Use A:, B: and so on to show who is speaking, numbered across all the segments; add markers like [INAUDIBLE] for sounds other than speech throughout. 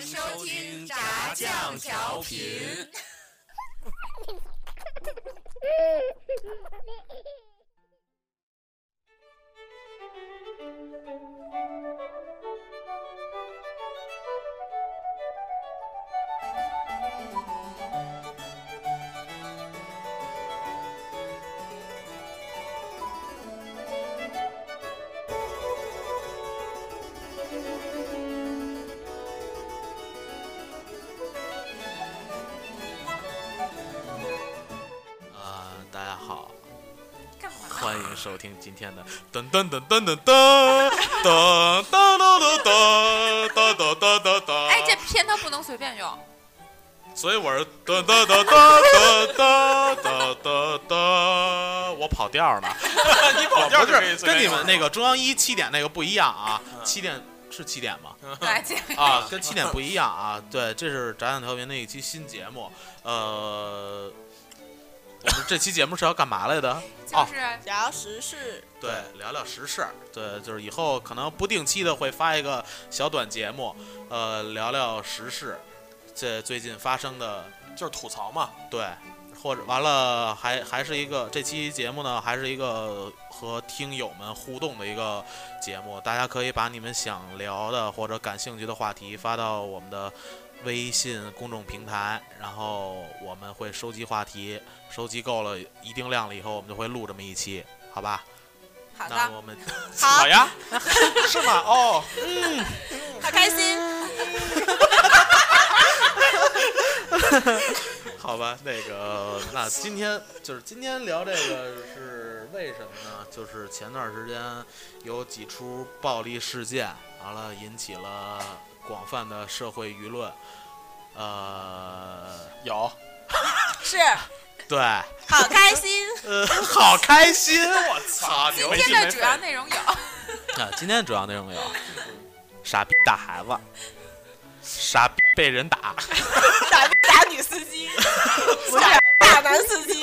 A: 收听炸酱调频。
B: 啊、大家好，
A: 干嘛？
B: 欢迎收听今天的噔噔噔噔噔噔噔噔噔噔
C: 呃
B: 噔噔噔噔噔噔。
A: 哎，这片头不能随便用。
B: 所以我是噔噔噔噔噔噔噔噔噔，我跑调呢。
C: 你跑
B: 我
C: 调
B: 不
C: 就可以
B: 是
C: 随便
B: 跟你们
C: 用
B: 那个中央一七点那个不一样啊，七点是七点吗？
A: 来，姐，
B: 啊，跟七点不一样啊。对，这是炸酱调频的一期新节目。呃，我们这期节目是要干嘛来的？
A: 就
B: 哦，
A: 是
D: 聊时事，
B: 对，聊聊时事。对，就是以后可能不定期的会发一个小短节目，呃，聊聊时事，这最近发生的，
C: 就是吐槽嘛，
B: 对，或者完了还还是一个这期节目呢，还是一个和听友们互动的一个节目，大家可以把你们想聊的或者感兴趣的话题发到我们的。微信公众平台，然后我们会收集话题，收集够了一定量了以后，我们就会录这么一期，好吧？
A: 好
B: 那
A: 的，
B: 我们 [LAUGHS]
D: 好
B: 呀，
C: [LAUGHS] 是吗？哦，
D: 好开心。
B: 好吧，那个，那今天就是今天聊这个是为什么呢？就是前段时间有几出暴力事件，完了引起了广泛的社会舆论。呃，
C: 有
D: 是，
B: 对， [LAUGHS]
D: 好开心。
B: 呃，好开心，我操，
C: 啊
A: 今
B: 牛逼！
A: 天的主要内容有，
B: 啊，今天主要内容有傻逼打孩子，傻逼被人打，
D: 打不打女司 [LAUGHS] 机？不是打男司机，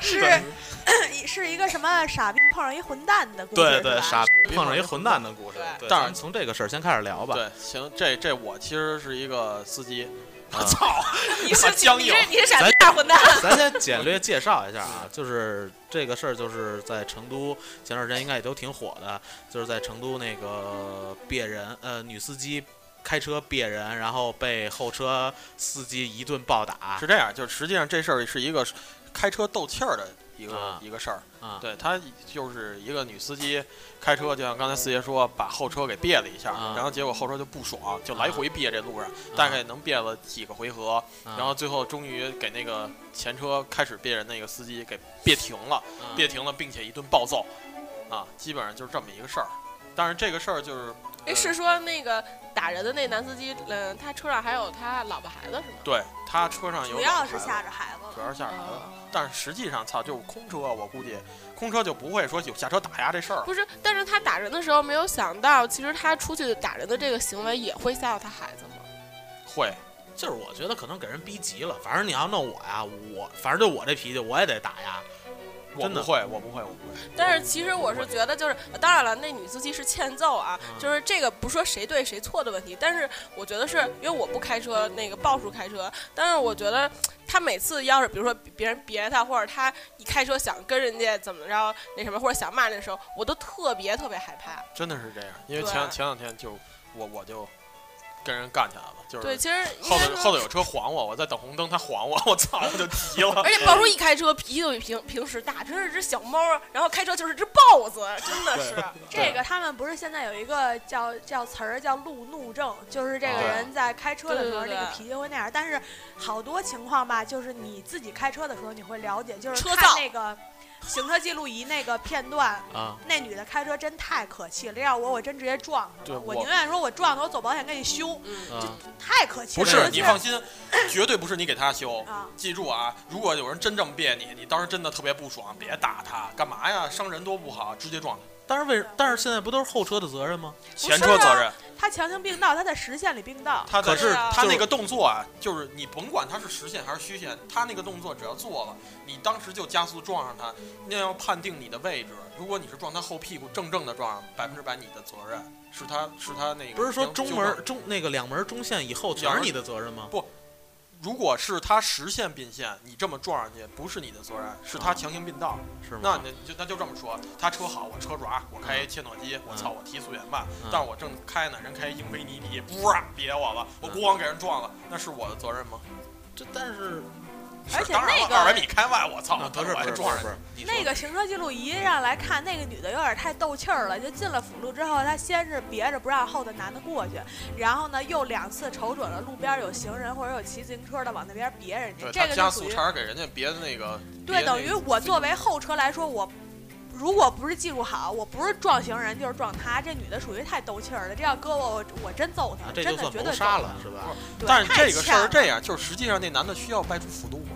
D: 是 [COUGHS] 是一个什么傻逼碰上一混蛋的故事，[LAUGHS]
B: 对
D: 是吧
B: 对，傻逼碰上一混蛋的故事。
D: 对
B: 对
C: 但是
B: 咱们从这个事儿先开始聊吧。 [LAUGHS]
C: 对，行，这这我其实是一个司机，
B: 我
C: 操，
D: 你是
C: 将
D: 你
C: 有
D: 是你是傻逼大混蛋，
B: [LAUGHS] 咱先简略介绍一下啊，就是这个事儿，就是在成都前段时间应该也都挺火的，就是在成都那个别人呃女司机开车别人，然后被后车司机一顿暴打
C: 是这样，就是实际上这事儿是一个开车斗气儿的一个、
B: 啊
C: 一个事儿，
B: 啊，
C: 对，她就是一个女司机开车，就像刚才四爷说，把后车给别了一下，
B: 啊
C: 然后结果后车就不爽，就来回别这路上，
B: 啊
C: 大概能别了几个回合，
B: 啊
C: 然后最后终于给那个前车开始别人那个司机给别停了。
B: 啊
C: 别停了，并且一顿暴揍，啊，基本上就是这么一个事儿。但是这个事儿就是，
E: 哎，
C: 呃
E: 是说那个打人的那男司机，嗯、他车上还有他老婆孩子是吗？
C: 对他车上有
D: 主
C: 两
D: 要
C: 个
D: 是
C: 孩
D: 吓着孩子
C: 子，主
D: 了。
C: 要是下着孩子。
E: 啊
C: 但是实际上，操，就是空车，我估计空车就不会说有下车打压这事儿。
E: 不是，但是他打人的时候没有想到，其实他出去打人的这个行为也会吓到他孩子吗？
C: 会，
B: 就是我觉得可能给人逼急了，反正你要弄我呀，我反正就我这脾气我也得打
C: [LAUGHS]
B: 呀，
C: 我
B: 真
C: 不
B: 的
C: 会，我不会，我不会。
E: 但是其实我是觉得，就是当然了，那女司机是欠揍啊，
B: 嗯
E: 就是这个不说谁对谁错的问题，但是我觉得是因为我不开车，那个鲍叔开车，但是我觉得他每次要是比如说别人别他，或者他一开车想跟人家怎么着那什么，或者想骂人的时候，我都特别特别害怕。
C: 真的是这样，因为
E: 对
C: 前前两天就我我就跟人干起来了，就是
E: 对，其实应
C: 后
E: 该
C: 头
E: 说
C: 后头有车晃我，我在等红灯，他晃我，我操，我就急了。
E: 而且豹叔一开车脾气就比平平时大，真是只小猫儿，然后开车就是只豹子，真的是。
D: 这个他们不是现在有一个叫叫词儿叫路怒症，就是这个
C: 对
D: 人在开车的时候
E: 对对对
D: 那个脾气会那样，但是好多情况吧，就是你自己开车的时候你会了解，就是
E: 车
D: 看
E: 噪
D: 那个行车记录仪那个片段，
B: 啊，
D: 那女的开车真太可气了，要我我真直接撞上
C: 对
D: 了，我
C: 我
D: 宁愿说我撞了，我走保险给你修，
E: 嗯，
B: 啊
D: 太可气了。
C: 不
B: 对
C: 是
B: 对
C: 你放心，绝对不是你给他修。
D: 啊，
C: 记住啊，如果有人真这么别你，你当时真的特别不爽，别打他，干嘛呀？伤人多不好，直接撞他。
B: 但是为但是现在不都是后车的责任吗？
C: 前车责任。
D: 他强行并道，他在实线里并道，
C: 他的
B: 可是就
C: 他
B: 是
C: 那个动作啊，就是你甭管他是实线还是虚线，他那个动作只要做了，你当时就加速撞上他，那要判定你的位置。如果你是撞他后屁股，正正的撞上，百分之百你的责任是他是他那个
B: 不是说
C: 行
B: 中
C: 行
B: 门
C: 道
B: 中那个两门中线以后全是你的责任吗？
C: 如果是他实线并线，你这么撞上去不是你的责任，是
B: 啊
C: 他强行并道。
B: 是
C: 那
B: 吗？
C: 你就那就这么说，他车好，我车爪，我开切诺基，我操，我提速也慢，
B: 嗯
C: 但是我正开呢，人开英菲尼迪，哇，别我了，
B: 嗯
C: 我咣给人撞了，那是我的责任吗？
B: 这但
C: [LAUGHS]
B: 是
C: 是
D: 而且
C: 当然
D: 那
C: 了，
D: 个
C: 二百米开外，我操，
B: 啊不
C: 当
B: 是
C: 哦时我
B: 不
C: 还
B: 是
C: 撞
B: 不是
C: 人家。
B: 你说
D: 那个行车记录仪上来看，那个女的有点太斗气儿了，就进了辅路之后，她先是别着不让后头男的过去，然后呢又两次瞅准了路边有行人或者有骑自行车的往那边别人家，
C: 对
D: 这
C: 他
D: 个
C: 加
D: 就属
C: 速
D: 于
C: 差点给人家别的那个，
D: 对，
C: 别
D: 等
C: 那
D: 于
C: 个
D: 我作为后车来说，我如果不是技术好，我不是撞行人就是撞她，这女的属于太斗气儿了，这要搁我我我真揍
C: 啊
D: 她，
B: 那啊这
D: 真
B: 就
D: 的
B: 算
D: 绝
B: 谋
D: 对
B: 杀
D: 揍
B: 了是吧？
D: 她。对
C: 但是
D: 太
C: 这个事
D: 欠
C: 儿
D: 了
C: 是这样，就是实际上那男的需要外出辅路嘛，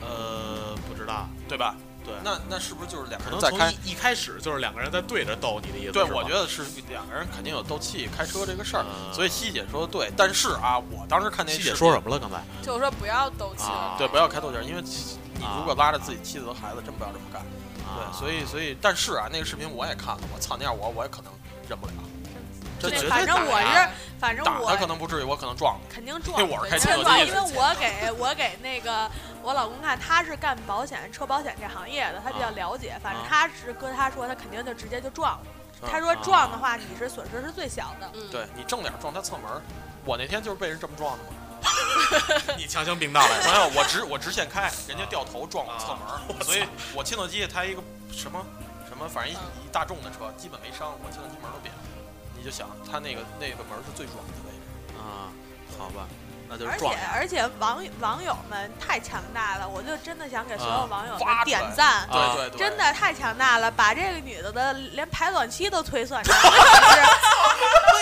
B: 呃，不知道，
C: 对吧？
B: 对，
C: 那那是不是就是两个
B: 可
C: 人
B: 能
C: 在
B: 从
C: 开？
B: 一一开始就是两个人在对着斗，你的意思
C: 对，
B: 是吗
C: 我觉得是两个人肯定有斗气开车这个事儿，
B: 嗯
C: 所以西姐说的对。但是啊，我当时看那
B: 西
C: 视
B: 姐
C: 频
B: 说什么了刚才？
E: 就是说不要斗气
B: 啊
E: 了。
C: 对，不要开豆角，因为其你
B: 啊
C: 如果拉着自己妻子和孩子，真不要这么干。
B: 啊
C: 对，所以所以，但是啊，那个视频我也看了，我操，那样我我也可能忍不了，
B: 这
D: 对
B: 绝
D: 反
B: 啊对
D: 正
B: 打
D: 我
B: 呀
D: 是，反正
C: 打他可
D: 我
C: 能不至于，我可能撞了。 [LAUGHS]
D: 肯定撞
C: 那。我是开
E: 对
C: 切
D: 真
C: 诺
D: 的，
C: 基
D: 因为
C: 的，
D: 我给我给那个我老公看，他是干保险、车保险这行业的，他
B: 啊
D: 比较了解。反正他是跟他说，他肯定就直接就撞了。他
B: 啊
D: 说撞的话，你是损失是最小的。
E: 嗯，
C: 对你正脸撞他侧门儿，我那天就是被人这么撞的嘛。
B: 你强行并道了
C: [LAUGHS] 没有，我直我直线开，人家掉头啊撞我侧门儿，所以我切诺基它一个什么什么，反正一一大众的车基本没伤，我切诺基门儿都扁。你就想它那个那个门儿是最软的位置，
B: 啊？好
D: [LAUGHS]
B: 吧，那就是
D: 而且
B: 撞呀
D: 而且网网友们太强大了，我就真的想给所有
B: 啊
D: 网友们
C: 挖出来
D: 点赞。
B: 啊
C: 对对对，
D: 真的太强大了，把这个女的的连排卵期都推算出来
B: [LAUGHS]
D: 了，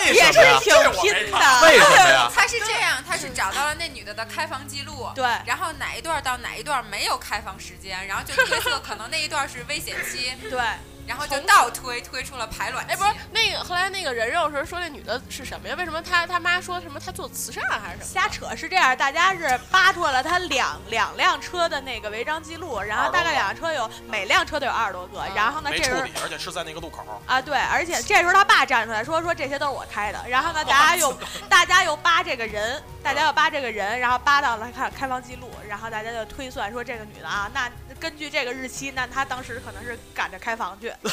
B: 为
D: 也是
B: 什么呀？
D: 挺拼的。
B: 为什么
D: [LAUGHS]
B: 呀？
A: 他是这样，他是找到了那女的的开房记录。
D: 对，
A: 然后哪一段到哪一段没有开放时间，然后就推测可能那一段是危险期，
D: 对，
A: 然后就倒推推出了排卵期。
E: 哎，不是那个后来那个人肉时说那女的是什么呀？为什么她她妈说什么她做慈善还是什么？
D: 瞎扯是这样，大家是扒出来了他两两辆车的那个违章记录，然后大概两辆车有每辆车都有二十多个，然后呢
C: 没
D: 这
C: 处
D: 时候
C: 理，而且是在那个路口儿。
D: 啊对，而且这时候他爸站出来说说这些都是我开的，然后呢大家又大家又扒这个人，大家又扒这个人，然后扒到了看开房记录，然后大家就推算说这个女的啊，那根据这个日期，那她当时可能是赶着开房去，
B: [LAUGHS]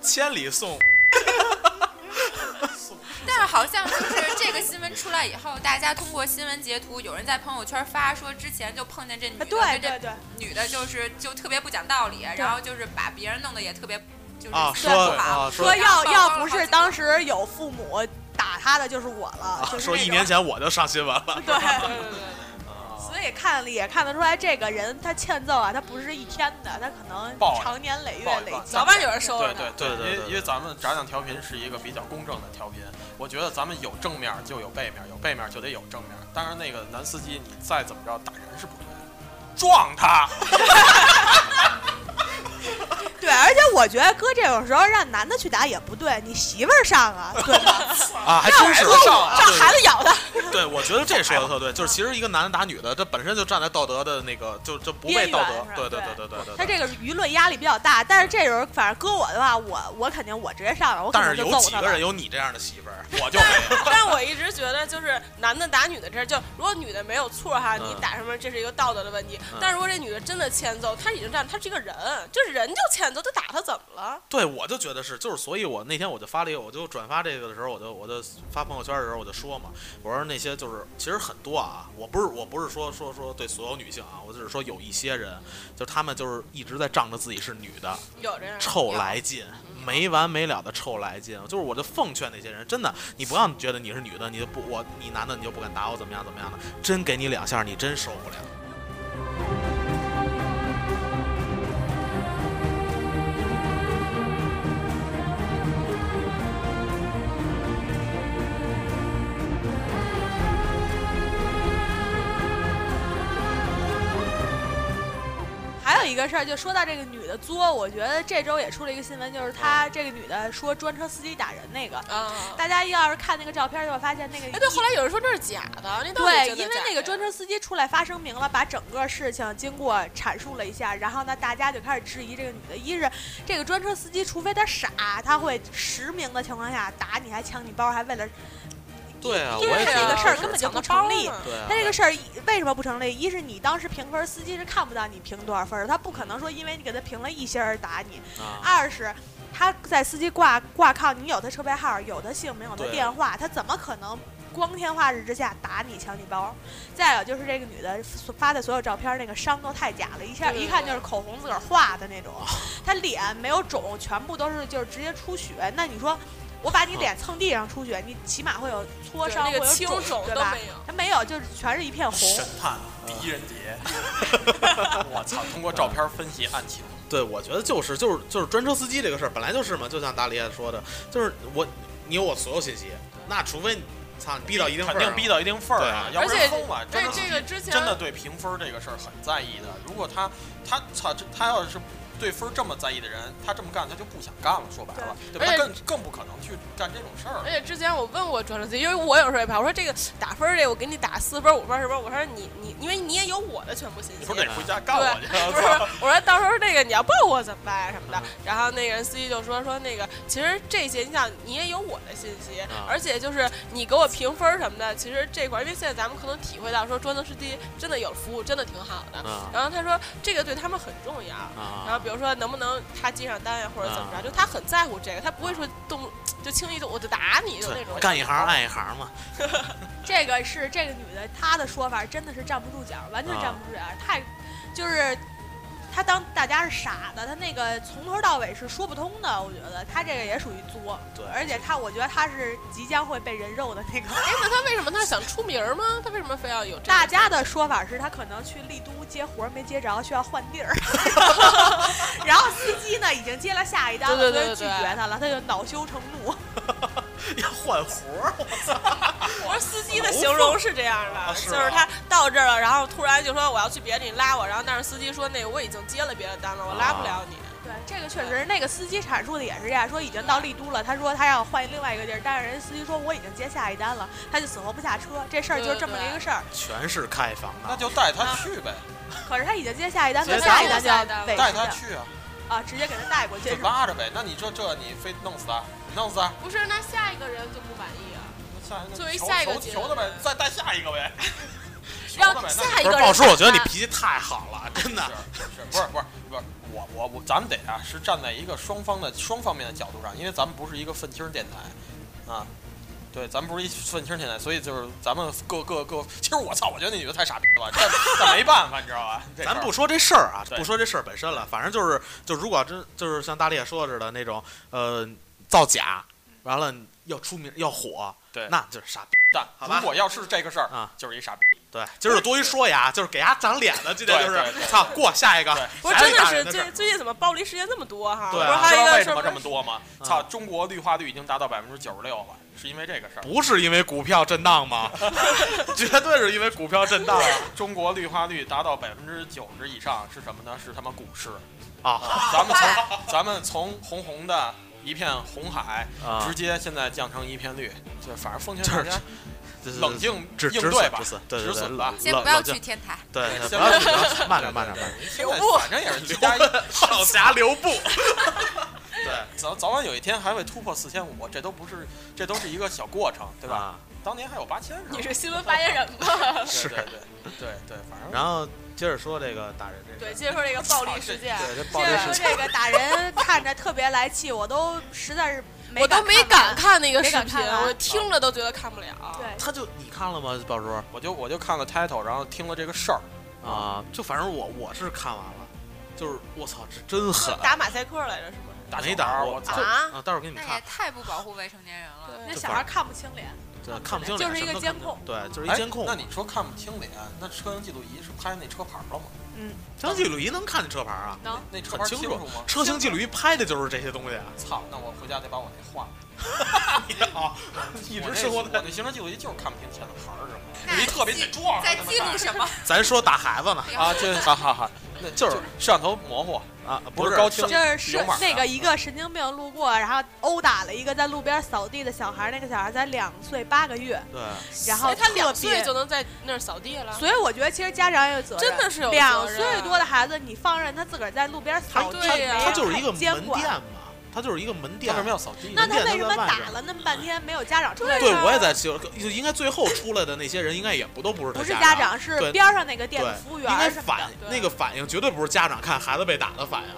B: 千里
D: [LAUGHS]
B: 送
A: 但是好像就是这个新闻出来以后，大家通过新闻截图，有人在朋友圈发说之前就碰见这女
D: 啊
A: 的，
D: 对
A: 这
D: 对对，
A: 女的就是就特别不讲道理，然后就是把别人弄得也特别就是
B: 啊，
A: 心
B: 说
A: 情不好。
B: 啊说
D: 说要
A: 然后
D: 要
A: 曝光
D: 不
A: 了好
D: 是
A: 几
D: 当
A: 个
D: 时有父母打她的就是我了，
B: 啊
D: 就是
B: 说
D: 那
B: 一
D: 种
B: 年前我就上新闻
D: [LAUGHS]
B: 了，
D: 对。
E: [LAUGHS] 对对对对，
D: 所以看了也看得出来，这个人他欠揍啊，他不是一天的，他可能
C: 报
D: 常年累月
C: 报一
D: 累
C: 报
D: 积。
E: 早晚有人收拾
C: 对
E: 她。
C: 对
B: 对对
C: 因
B: 对
C: 为因为咱们炸酱调频是一个比较公正的调频，我觉得咱们有正面儿就有背面儿，有背面儿就得有正面儿。当然，那个男司机你再怎么着打人是不对的，撞他。
D: 对，而且我觉得哥这种时候让男的去打也不对，你媳妇儿上
B: [LAUGHS]
D: 啊，对吧？
B: 啊，还真是
D: 让
C: 上啊
D: 让孩子咬他，
B: 对，我觉得这说的特对，就是其实一个男的打女的，这本身就站在道德的那个，就就不被道
D: 边缘
B: 德
D: 是吧，
B: 对对
D: 对
B: 对对对
D: 他这
B: 对。
D: 个舆论压力比较大。但是这时候，反正搁我的话，我我肯定我直接上了，我肯
B: 但是
D: 定
B: 有
D: 就揍
B: 几
D: 他
B: 个人
D: 了。
B: 有你这样的媳妇儿？
C: 我就没有。
E: 但我一直觉得，就是男的打女的这儿，就如果女的没有错
B: 嗯
E: 哈，你打什么这是一个道德的问题。但如果这女的真的欠揍，她已经这样，她是一个人，就是人就欠揍，就打她怎么了？
B: 对，我就觉得是，就是所以，我那天我就发了一个，我就转发这个的时候，我就我就发朋友圈的时候，我就说嘛，我说那些就是其实很多啊，我不是我不是说说说对所有女性啊，我只是说有一些人，就她们就是一直在仗着自己是女的，
E: 有这样
B: 臭来劲，没完没了的臭来劲。就是我就奉劝那些人，真的，你不要觉得你是女的，你就不我你男的你就不敢打我怎么样怎么样的，真给你两下，你真受不了。
D: 还有一个事儿，就说到这个女的作，我觉得这周也出了一个新闻，就是她这个女的说专车司机打人那个，
E: 啊。
D: 大家要是看那个照片，就会发现那个
E: 哎，对，后来有人说那是假的，那到
D: 对，
E: 底真的
D: 因为
E: 假的
D: 那
E: 呀
D: 个专车司机出来发声明了，把整个事情经过阐述了一下，然后呢，大家就开始质疑这个女的。一是这个专车司机，除非他傻，他会实名的情况下打你，还抢你包，还为了
B: 对啊，
D: 因
B: 我
D: 为
B: 也
D: 这
B: 觉
D: 个
B: 得
D: 事儿
B: 是
D: 根本就
E: 抢
D: 不
E: 的
D: 成
E: 包
D: 立。
E: 呢
B: 对啊，
D: 他这个事儿为什么不成立？一是你当时评分，司机是看不到你评多少分儿的，他不可能说因为你给他评了一星而打你。
B: 啊，
D: 二是他在司机挂挂靠，你有他车牌号，有他姓名，有他
B: 对
D: 电话，他怎么可能光天化日之下打你抢你包？再有就是这个女的所发的所有照片，那个伤都太假了，一下
E: 对哦
D: 一看就是口红自个儿画的那种，她脸没有肿，全部都是就是直接出血。那你说？我把你脸蹭地上出血，你起码会有挫
E: 嗯对
D: 伤，
E: 那个
D: 会有
E: 青
D: 肿
E: 肿
D: 对
E: 都
D: 吧？
E: 没有
D: 她没有，就是全是一片红。
C: 神探狄仁 [LAUGHS] 杰，我操！通过照片分析案情，
B: 对，我觉得就是就是就是专车司机这个事儿，本来就是嘛，就像大力说的，就是我你有我所有信息，那除非你操你逼到一定份
C: 肯
B: 儿上，
C: 定逼到一定份儿啊，
B: 对
C: 要不
E: 而
C: 然
E: 且
C: 疯了。真
E: 这
C: 的
E: 这个之前
C: 真的对评分这个事儿很在意的。如果他他操这他要是对分这么在意的人，他这么干他就不想干了。说白了，对吧？
E: 而
C: 他
E: 且
C: 更更不可能去干这种事儿
E: 而。且之前我问过专车司机，因为我有时候也怕，我说这个打分儿这个我给你打四分儿五分儿十分儿，我说你你因为你也有我的全部信息，
C: 你不是得回家干我去？啊
E: 不是，我说到时候那个你要报我怎么办啊什么的。然后那个人司机就说说那个，其实这些你想你也有我的信息，
B: 啊
E: 而且就是你给我评分什么的，其实这块儿因为现在咱们可能体会到说专车司机真的有服务，真的挺好的。
B: 啊
E: 然后他说这个对他们很重要。然后
B: 啊
E: 比如说能不能他接上单呀，或者怎么着，
B: 啊
E: 就他很在乎这个，他不会说动就轻易就我就打你就那种
B: 对，。干一行爱一行嘛，
D: 这个是这个女的她的说法，真的是站不住脚，完全
E: 啊
D: 站不住脚，太就是她当大家是傻的，她那个从头到尾是说不通的。我觉得她这个也属于作，
B: 对
D: 而且她我觉得她是即将会被人肉的
E: [LAUGHS]
D: 那个。
E: 哎，那他为什么他想出名儿吗？他为什么非要有这个？
D: 大家的说法是她可能去丽都接活儿没接着，需要换
E: [LAUGHS]
D: 地儿， [LAUGHS] 然后司机呢已经接了下一单了，
E: 对对对
D: 所以拒绝她了，她就恼羞成怒。
B: 要换活儿，
E: 我说司机的形容是这样的，
B: 是
E: 就
B: 吗
E: 是他到这儿了，然后突然就说我要去别的地拉我，然后但是司机说那个我已经接了别的单了，我拉不了你。
D: 对，这个确实，那个司机阐述的也是这样，说已经到丽都了，他说他要换另外一个地儿，但是人家司机说我已经接下一单了，他就死活不下车，这事儿就是这么一个事儿。
B: 全是开房的，
C: 那就带他去
E: 啊
C: 呗，
D: 可是他已经接下一单了，
B: 接
D: 下一单就要被
C: 带他去啊，
D: 啊，直接给他带过去
C: 就。拉着呗。那你这这你非弄死他，你弄死他，
E: 不是，那下一个人就不满意啊，
C: 下一个
E: 作为
C: 求
E: 下一个
C: 求
E: 节
C: 求他呗，再带下一个
E: [LAUGHS]
C: 呗。求
E: 让
C: 他呗，那
E: 下一
B: 不
E: 个
B: 是
E: 人。
B: 鲍叔，我觉得你脾气太好了，真
E: [LAUGHS]
B: 的。
C: 是是，不是不是不是，我我我，咱们得啊，是站在一个双方的双方面的角度上，因为咱们不是一个愤青电台，啊，对，咱们不是一愤青电台，所以就是咱们各各各，其实我操，我觉得那女的太傻逼了，但但没办法，你知道
B: [LAUGHS]
C: 吧？这事儿
B: 咱不说这事儿啊，
C: 对
B: 不说这事儿本身了，反正就是，就如果真就是像大力也说似的那种，呃，造假，完了要出名要火，
C: 对
B: 那就是傻逼。
C: 但
B: 好吧
C: 如果要是这个事儿
B: 啊，
C: 就是一傻逼。
B: 对，今儿就多一说呀，就是给伢长脸的，今天就
C: 对对
B: 是
C: 对
B: 操过下一个
C: 对，
E: 不是
B: 下一
E: 真
B: 个
E: 的
B: 打
E: 是
B: 人的事
E: 最
B: 儿
E: 最近怎么暴力事件那么多哈？
B: 对
E: 不
B: 啊
E: 是
C: 知
E: 还
C: 道
E: 有一个
C: 为
E: 什
C: 什么这么
E: 么？
C: 多吗？
B: 啊
C: 操，中国绿化率已经达到百分之九十六了，是因为这个
B: [LAUGHS]
C: 事儿。
B: 不是因为股票震荡
E: [LAUGHS]
B: 吗？ [LAUGHS] 绝对是因为股票震荡
C: 中国绿化率达到百分之九十以上是什么呢？是他妈股市。 [LAUGHS]
B: 啊
C: 咱们从咱们从红红的一片红海，
B: 啊
C: 直！接现在降成一片绿，就反正奉劝
B: 就
C: 大
B: 是
C: 家
B: 就是
C: 冷静
B: 止止
C: 应对
B: 损
C: 吧
B: 止，损，对对
C: 止
B: 对，
C: 损
B: 冷
C: 吧
B: 冷
A: 先不要
B: 冷
A: 去
B: 静，
A: 天台，
B: 对，对不
C: 对 [LAUGHS] 先
B: 要
C: 不
B: 去，不要去慢点慢点慢点。
C: [LAUGHS] 现在反正
B: [LAUGHS]
C: 也是七加一，
B: 少侠留
C: [LAUGHS]
B: 步。对，
C: 早早晚有一天还会突破四千五，这都不是，这都是一个小过程，对吧？
B: 吧？
C: 当年还有八千，
E: 你是新闻发言人吗？
B: 是
C: 对对对对对，反正
B: 然后接着说这个打人这
E: 对，
B: 个，
E: 接着说这个暴力事件。
B: 对这暴
D: 接
B: 力
D: 着
B: 事
D: 说
B: 件，
D: 这个打人看着特别来气，我都实在是没
E: 我都没敢
D: 看。
E: 看那个
D: 没
E: 视
D: 敢
E: 频
D: 看，完
E: 我听着都觉得看不了。
D: 对，
B: 他就你看了吗，宝叔？
C: 我就我就看了 title，然后听了这个事儿，
B: 啊，就反正我我是看完了，就是我操，这真狠，
E: 打马赛克来着是吗？
C: 打
B: 没
C: 小
B: 打
C: 孩儿
B: 我
C: 我操
B: 就！
E: 啊
B: 啊，待会儿给你
A: 那
B: 们
D: 哎
A: 也
B: 看，
A: 太不保护未成年人了。
D: 那
E: 对，
D: 小孩看不清脸，
B: 对，看不清脸，
D: 就是一个
B: 什么都
D: 监
B: 看不
D: 控
B: 清，对，就是一
C: 哎
B: 监控。
C: 那你说看不清脸，那车型记录仪是拍那车牌了吗？
B: 车型记录仪能看见车牌啊？
D: 能
C: 那车
B: 很
C: 牌
B: 清
C: 楚吗？
B: 车型记录仪拍的就是这些东西啊。
C: 操，那我回家得把我那 [LAUGHS] 换了。
D: 哎
B: [LAUGHS] 一
C: 我
B: 直
C: 那
B: 生活
C: 我
B: 在，
C: 那行车记录仪就是看不清前面牌儿什么的，
A: 那
C: 有一特别得壮，
E: [LAUGHS]
A: 在记录什么？
B: 啊咱说打孩子呢，
C: 啊，这好好好，那就是摄像头模糊，
B: 啊，
C: 不
B: 不
C: 是
B: 是
C: 高清
D: 就是是
C: 有码啊
D: 那
C: 的。
D: 个一个神经病路过，然后殴打了一个在路边扫地的小孩，那个小孩才两岁八个月，
B: 对，
D: 然后
E: 哎他
D: 特
E: 两岁
D: 别
E: 就能在那儿扫地了，
D: 所以我觉得其实家长也有责任，
E: 真的是有
D: 两
E: 责任啊
D: 岁多的孩子，你放任他自个儿在路边扫地，
E: 他对呀
D: 没
B: 它就是
D: 人
B: 一个
D: 监
B: 门
D: 管
B: 店嘛，它就是一个门
C: 他
B: 店
C: 为什。么要扫地？
D: 啊那他
B: 门店
D: 为什
B: 都
D: 么
B: 在外
D: 打
B: 边
D: 了那么半天没有家长出来？
B: 对
E: 啊，
B: 我也在就就应该最后出来的那些人，应该也不都不是他
D: 不是
B: 家
D: 家长，是
B: 对
D: 边上那个店的
B: 对
D: 服务员
B: 应该
D: 什么
B: 反
D: 的。
E: 对
B: 那个反应绝对不是家长看孩子被打的反应。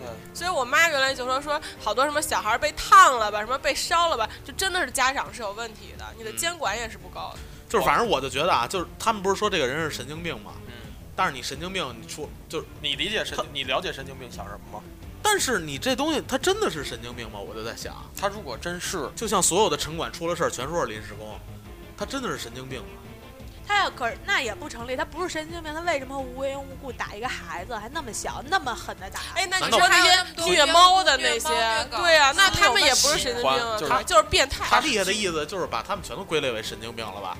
C: 嗯
E: 所以我妈原来就说说好多什么小孩被烫了吧，什么被烧了吧，就真的是家长是有问题的，你的
B: 嗯
E: 监管也是不够的。
B: 就是反正我就觉得啊，就是他们不是说这个人是神经病嘛，
C: 嗯，
B: 但是你神经病，你出就是，
C: 你理解神
B: 他，
C: 你了解神经病想什么吗？
B: 但是你这东西它真的是神经病吗？我就在想，
C: 他如果真是，
B: 就像所有的城管出了事儿，全说是临时工，他真的是神经病吗？
D: 他要可那也不成立，他不是神经病，他为什么无缘无故打一个孩子，还那么小，那么狠的打？
E: 哎，那你
B: 难
E: 说
B: 道
E: 那
A: 还有那么多
E: 些虐
A: 虐
E: 猫的
A: 虐
E: 那些
A: 猫虐，狗
E: 对啊，
A: 是
E: 那
A: 不是
E: 他
A: 有
E: 们
A: 个
E: 也不是
A: 喜
E: 神经
C: 欢
E: 病啊，
C: 就是
E: 他就是变
B: 他
E: 态。
B: 厉害的意思就是把他们全都归类为神经病了吧？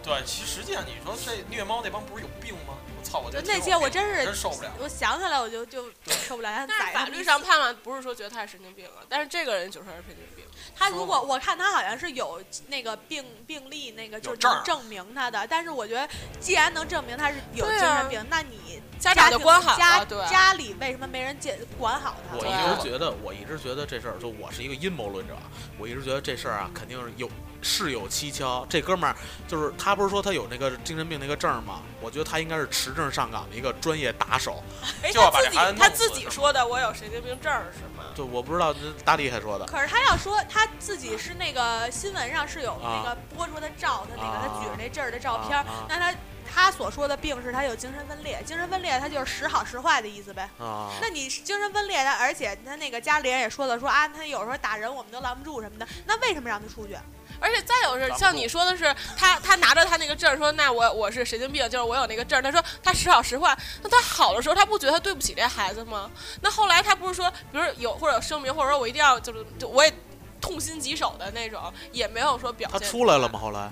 C: 对，其实实际上你说这虐猫那帮不是有病吗？我操，我
D: 就
C: 这
D: 那
C: 听
D: 些
C: 着
D: 我
C: 我
D: 真是
C: 真受不了。
D: 我想起来我就就受不了。他
E: 但
D: 宰
E: 是法律上判断不是说觉得他是神经病啊，但是这个人就是神经病。
D: 他如
E: 哦
D: 果我看他好像是有那个病病历，那个就是
C: 证儿
D: 能证明他的。但是我觉得，既然能证明他是有
E: 对
D: 精
E: 啊
D: 神病，那你
E: 家长就
D: 庭
E: 关好
D: 家
E: 了，对，
D: 家里为什么没人监管好他？
B: 哦我
E: 对
B: 一直觉得，我一直觉得这事儿，就我是一个阴谋论者，我一直觉得这事儿啊，肯定是有事有蹊跷。这哥们儿就是他，不是说他有那个精神病那个证儿吗？我觉得他应该是持证上岗的一个专业打手。
E: 哎，
C: 就要
E: 他
C: 把
E: 自
C: 这
E: 己
C: 孩子
E: 他
C: 弄
E: 自
C: 死
E: 己
C: 是
E: 说的，我有神经病证儿是吗？
B: 就我不知道这大力还说的，
D: 可是他要说他自己是那个新闻上是有
B: 啊
D: 那个播出的照，他那个
B: 啊
D: 他举着那证儿的照片儿
B: 啊啊，
D: 那他他所说的病是他有精神分裂，精神分裂他就是时好时坏的意思呗。
B: 啊，
D: 那你是精神分裂的，而且他那个家里人也说了说啊，他有时候打人我们都拦不住什么的，那为什么让他出去？
E: 而且再有是像你说的是，他他拿着他那个证儿说，那我我是神经病，就是我有那个证儿。他说他时好时坏，那他好的时候他不觉得他对不起这孩子吗？那后来他不是说，比如有或者有声明，或者说我一定要就是就我也痛心疾首的那种，也没有说表
B: 他
E: 现。
B: 出来了吗？？
D: [LAUGHS]
B: 后来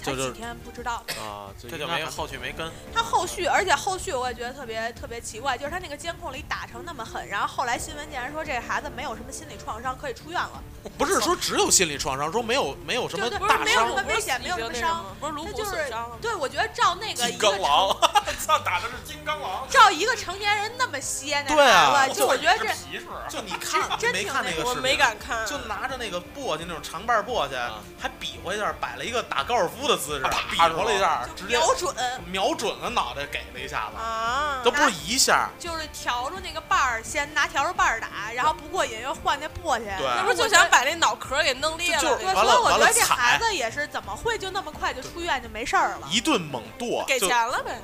D: 才
B: 就
D: 几
B: 是
D: 天不知道。
B: 啊，这
C: 这就没后续没跟，
D: 他后续，而且后续我也觉得特别特别奇怪，就是他那个监控里打成那么狠，然后后来新闻竟然说这个孩子没有什么心理创伤，可以出院了。
B: 不是说只有心理创伤，说没有没有什么
D: 对对
B: 大
D: 没有什
B: 伤
D: 么，危险没有什么伤，
E: 不是颅
D: 他
E: 骨
D: 就是
E: 损伤了吗？
D: 对，我觉得照那个一
C: 金
D: 个
C: 刚狼，操，打的是金刚狼，
D: 照一个成年人那么些那
B: 对啊
D: 孩子，就我觉得这
C: 皮是
B: [LAUGHS] 就你看
D: 真
B: 没
D: 挺
B: 看
D: 那
B: 那个
E: 我
B: 视频
E: 没敢看，
B: 就拿着那个簸箕那种长瓣簸箕
C: 啊，
B: 还比划一下，摆了一个打高尔夫的姿势，
C: 啊
B: 比划了一下，
D: 就
B: 直接
D: 瞄准，
B: 瞄准了脑袋给了一下子，
E: 啊
B: 都不是一下，
D: 就是笤住那个把儿，先拿笤帚把儿打，然后不过瘾又换那簸箕，
B: 对
E: 那不是就想把那脑壳给弄裂
B: 就
E: 了
B: 就
E: 那
D: 对，所
E: 种？
B: 完
D: 以
B: 了
D: 我觉
B: 完了
D: 得这
B: 踩
D: 孩子也是怎么会就那么快就出院就没事儿了？
B: 一顿猛剁，
E: 给
B: 就
E: 钱了呗。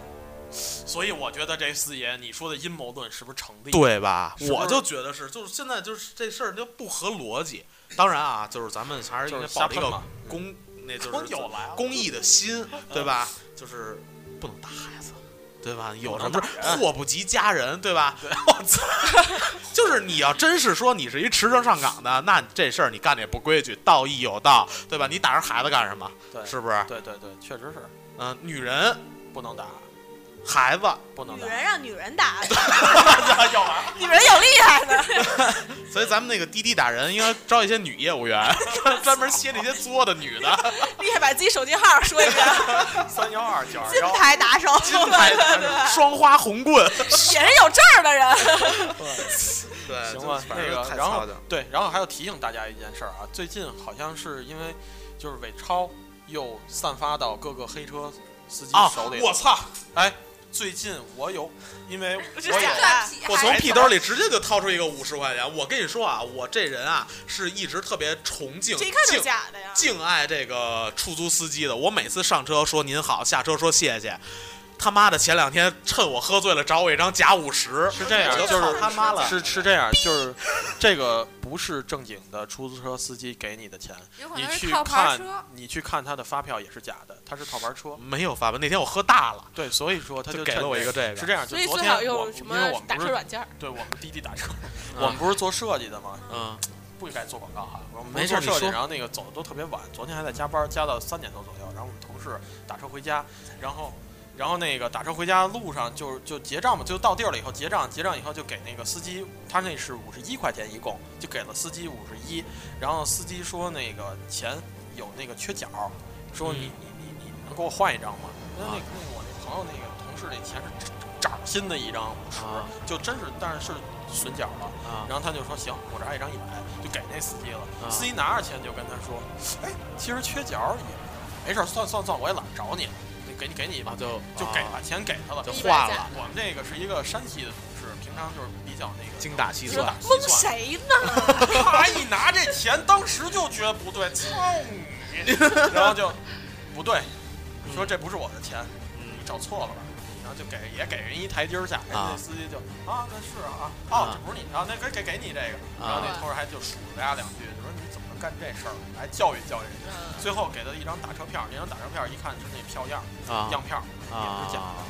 C: 所以我觉得这四爷你说的阴谋论是不是成立？，
B: 对吧？
C: 是不是
B: 我就觉得是，就是现在就是这事儿就不合逻辑。当然啊，就是咱们还是应
C: 就
B: 该
C: 是
B: 抱
C: 瞎
B: 着一
C: 喷
B: 个
C: 嘛。
B: 公，那就
C: 我
B: 是
C: 有来了，
B: 公益的心，对吧？就是不能打孩子，对吧？有什
C: 能
B: 么
C: 打人
B: 祸不及家人，对吧？我操！ [LAUGHS] 就是你要真是说你是一持证上岗的，那这事儿你干的也不规矩，道义有道，对吧？你打人孩子干什么？
C: 对，
B: 是不是？
C: 对对对，确实是
B: 嗯、女人、
C: 不能打，
B: 孩子，
C: 不能
D: 女
C: 打。
D: 人让女人打，
C: 要玩
D: [LAUGHS] 女人有厉害的。
B: 所以咱们那个滴滴打人应该招一些女业务员， [LAUGHS] 专专门歇那些作的女的。
E: [LAUGHS] 厉害，把自己手机号说
D: [LAUGHS]
E: 一遍，
C: 三幺二九二
D: 金
C: 幺，
D: 牌打手，
B: 金牌双花红棍，
E: 也是有证儿的人。
B: 对
C: 行吧，
B: 反
C: 那
B: 正
C: 个
B: 太
C: 然
B: 操
C: 后
B: 心了。
C: 对，然后还要提醒大家一件事儿啊，最近好像是因为就是伪钞又散发到各个黑车司机
B: 啊
C: 手里，！
B: 我操！
C: 哎，最近我有，
D: [LAUGHS]
C: 因为
E: 是
C: 我有
E: [LAUGHS] 假的
A: 断皮，
B: 我从屁兜里直接就掏出一个五十块钱。我跟你说啊，我这人啊是一直特别崇敬、
E: 这一看就是
B: 敬
E: 假的呀。
B: 敬爱这个出租司机的。我每次上车说您好，下车说谢谢。他妈的，前两天趁我喝醉了找我一张假五十，
C: 是这样，
B: 我
C: 就
B: 操
C: 是
B: 他妈了。
C: 是是这样，就是这个不是正经的出租车司机给你的钱，
A: 有可
C: 你
A: 能是
C: 去
A: 套牌
C: 看
A: 车，
C: 你去看他的发票也是假的，他是套牌车。
B: 没有发吧？那天我喝大了，
C: 对，所以说
B: 嗯
C: 他
B: 就
C: 就
B: 给
C: 趁
B: 了我一个
C: 这
B: 这个
C: 是这样，就
E: 所以
C: 昨
E: 最
C: 天
E: 好
C: 我
E: 用
C: 们
E: 什
C: 因
E: 么
C: 为我们
E: 打
C: 不
E: 车
C: 是
E: 软件儿。
C: 对我们滴滴打车，
B: 嗯
C: 我们不是做设计的吗？
B: 嗯，
C: 不该做广告哈，我们
B: 没事
C: 做
B: 你
C: 设计，
B: 说
C: 然后那个走的都特别晚，昨天还在加班，加到三点多左右，然后我们同事打车回家，然后然后那个打车回家的路上就就结账嘛，就到地儿了以后结账，结账以后就给那个司机，他那是五十一块钱一共，就给了司机五十一。然后司机说那个钱有那个缺角，说
B: 嗯
C: 你、你你你能给我换一张吗？
B: 啊
C: 那那那我那朋友那个同事那钱是崭新的一张五十、
B: 啊
C: 就真是但是是损角了。
B: 啊
C: 然后他就说行，我这儿还有一张一百，就给那司机了。
B: 啊
C: 司机拿着钱就跟他说，哎，其实缺角也没事儿，算算算，我也懒得找你，就给你给你
B: 啊，，
C: 吧
B: 就
C: 就给
B: 啊
C: 吧，钱给他了
B: 就。
E: 一百
B: 化
E: 加
B: 了，
C: 我们这个是一个山西的同事，平常就是比较那个
B: 精打细
C: 精
B: 算
C: 打。细
E: 蒙
C: 算。
E: 谁呢？
C: 他一拿这钱，当时就觉得不对，操
B: [LAUGHS]
C: 你！然后就不对，说这不是我的钱，
B: 嗯
C: 你找错了吧？然后就给也给人一台阶儿下，人
B: 啊
C: 家司机就啊，那是啊，哦，这不是你啊，那给给给你这个，
B: 啊
C: 然后那同事还就数了他两句，就说你怎么能干这事儿，还教育教育人
E: 嗯
C: 家。最后给了一张打车票，那张打车票一看就是那票样
B: 啊
C: 样票，也
B: 啊
C: 是假的，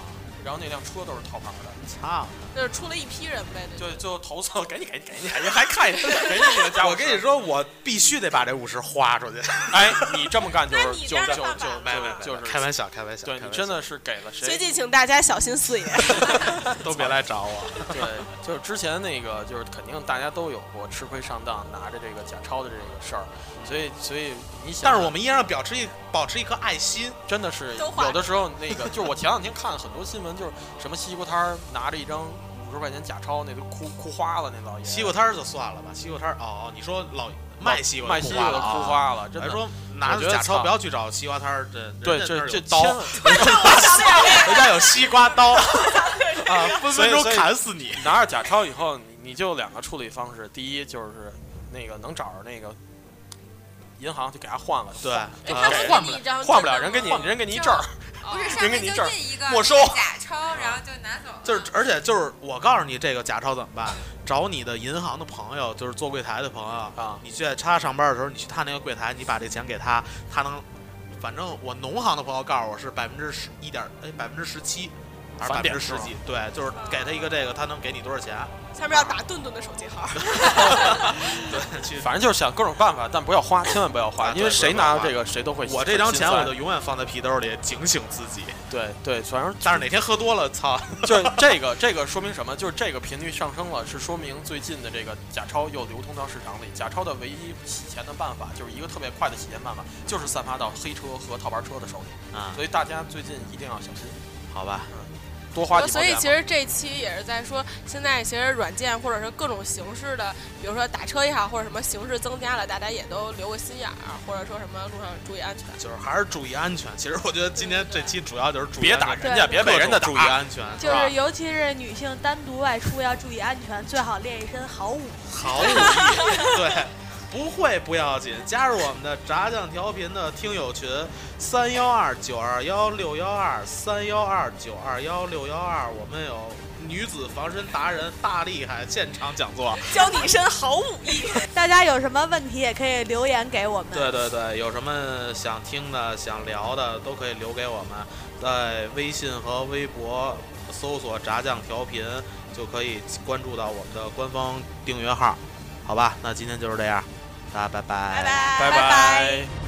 C: 然后那辆车都是套牌的，
B: 操！
E: 就是出了一批人呗，
C: 就就投诉给你给你给你，人还看你真的给你
B: [LAUGHS]
C: 的家伙
B: 我跟你说，我必须得把这五十花出去。
C: 哎，你这么干就
E: 那
C: 是
E: 你
C: 就
E: 这
C: 就
E: 样
C: 就
E: 犯法
C: 就
E: 了没没
C: 就是
B: 开玩笑，开玩笑。
C: 对
B: 开
C: 你
B: 玩
C: 真
B: 笑
C: 的是给了
E: 最
C: 谁？
E: 近请大家小心
C: [LAUGHS]
E: 四爷，
B: 都别来找 [LAUGHS] 我。
C: 对，就是之前那个，就是肯定大家都有过吃亏上当，拿着这个假钞的这个事儿，所以所以你想，
B: 但是我们依然保持一保持一颗爱心。
C: 真的是
E: 都花
C: 有的时候那个，就是我前两天看很多新闻，就是什么西瓜摊儿拿着一张五十块钱假钞，那都哭哭花了，那老爷
B: 西瓜摊儿就算了吧，西瓜摊儿哦，你说老卖西瓜
C: 卖
B: 的
C: 西
B: 哭
C: 瓜
B: 花
C: 的
B: 了
C: 哭
B: 啊。
C: 花了，真
B: 还
C: 的
B: 说拿
C: 我
B: 着
C: 觉得
B: 假钞
C: 操
B: 不要去找西瓜摊儿，这
C: 对
B: 人家那
C: 这
B: 儿有
C: 这
B: 刀，
C: 千万
B: 人家有西瓜 [LAUGHS] 刀，
C: 啊，
B: 分
C: 所
B: 分
C: 以
B: 钟
C: 所以
B: 砍死你。
C: 拿着假钞以后，你你就有两个处理方式，第一就是那个能找着那个银行就给他换了，
B: 对
C: 换
B: 对
C: 啊
E: 哎他会
C: 换不
E: 给你
C: 了
E: 一张
C: 换不了，
E: 真的
C: 人给你
E: 吗
C: 人给你一证儿，
A: 不是上
C: 人给
A: 面就
C: 你一证儿，
A: 印一个
C: 没收
A: 假钞，然后就拿走了，
B: 就是，而且就是我告诉你，这个假钞怎么办？找你的银行的朋友，就是做柜台的朋友
C: 啊
B: 你去他上班的时候，你去他那个柜台，你把这钱给他，他能，反正我农行的朋友告诉我是百分之十一点，哎，百分之十七。还是百
C: 返
B: 分
C: 点
B: 之
C: 是
B: 十
C: 吧
B: 几，对，就是给他一个这个，他能给你多少钱？啊
E: 下面要打顿顿的手机号，
B: [LAUGHS] 对，去
C: 反正就是想各种办法，但不要花，千万不要
B: 啊
C: 花，
B: 对
C: 因为谁
B: 不要
C: 拿
B: 花
C: 到这个谁都会。
B: 我这张钱我就
C: 就
B: 永远放在皮兜里，警醒自己。
C: 对对，反 [LAUGHS] 正
B: 但是哪天喝多了，操，
C: 就是这个这个说明什么？就是这个频率上升了，是说明最近的这个假钞又流通到市场里。假钞的唯一洗钱的办法，就是一个特别快的洗钱办法，就是散发到黑车和套牌车的手里。
B: 啊，
C: 所以大家最近一定要小心，
B: 好吧，
C: 多花几毛
E: 呃所以
C: 钱
E: 其实这期也是在说，现在其实软件或者是各种形式的，比如说打车也好，或者什么形式增加了，大家也都留个心眼儿，或者说什么路上注意安全。
B: 就是还是注意安全。其实我觉得今天这期主要就是注意
C: 别
B: 安全
C: 打人家，
D: 对
C: 别被人家
B: 注意
C: 打。
B: 安全，
D: [LAUGHS] 就是
B: 吧
D: 是尤其是女性单独外出要注意安全，最好练一身好武。
B: 好 [LAUGHS] 武艺，对，不会不要紧，加入我们的炸酱调频的听友群，三幺二九二幺六幺二三幺二九二幺六幺二，我们有女子防身达人大厉害现场讲座，
E: 教你一身好武艺，
D: [LAUGHS] 大家有什么问题也可以留言给我们。
B: 对对对，有什么想听的、想聊的，都可以留给我们，在微信和微博搜索“炸酱调频”，就可以关注到我们的官方订阅号，好吧？那今天就是这样，大家拜拜
D: 拜拜
C: 拜。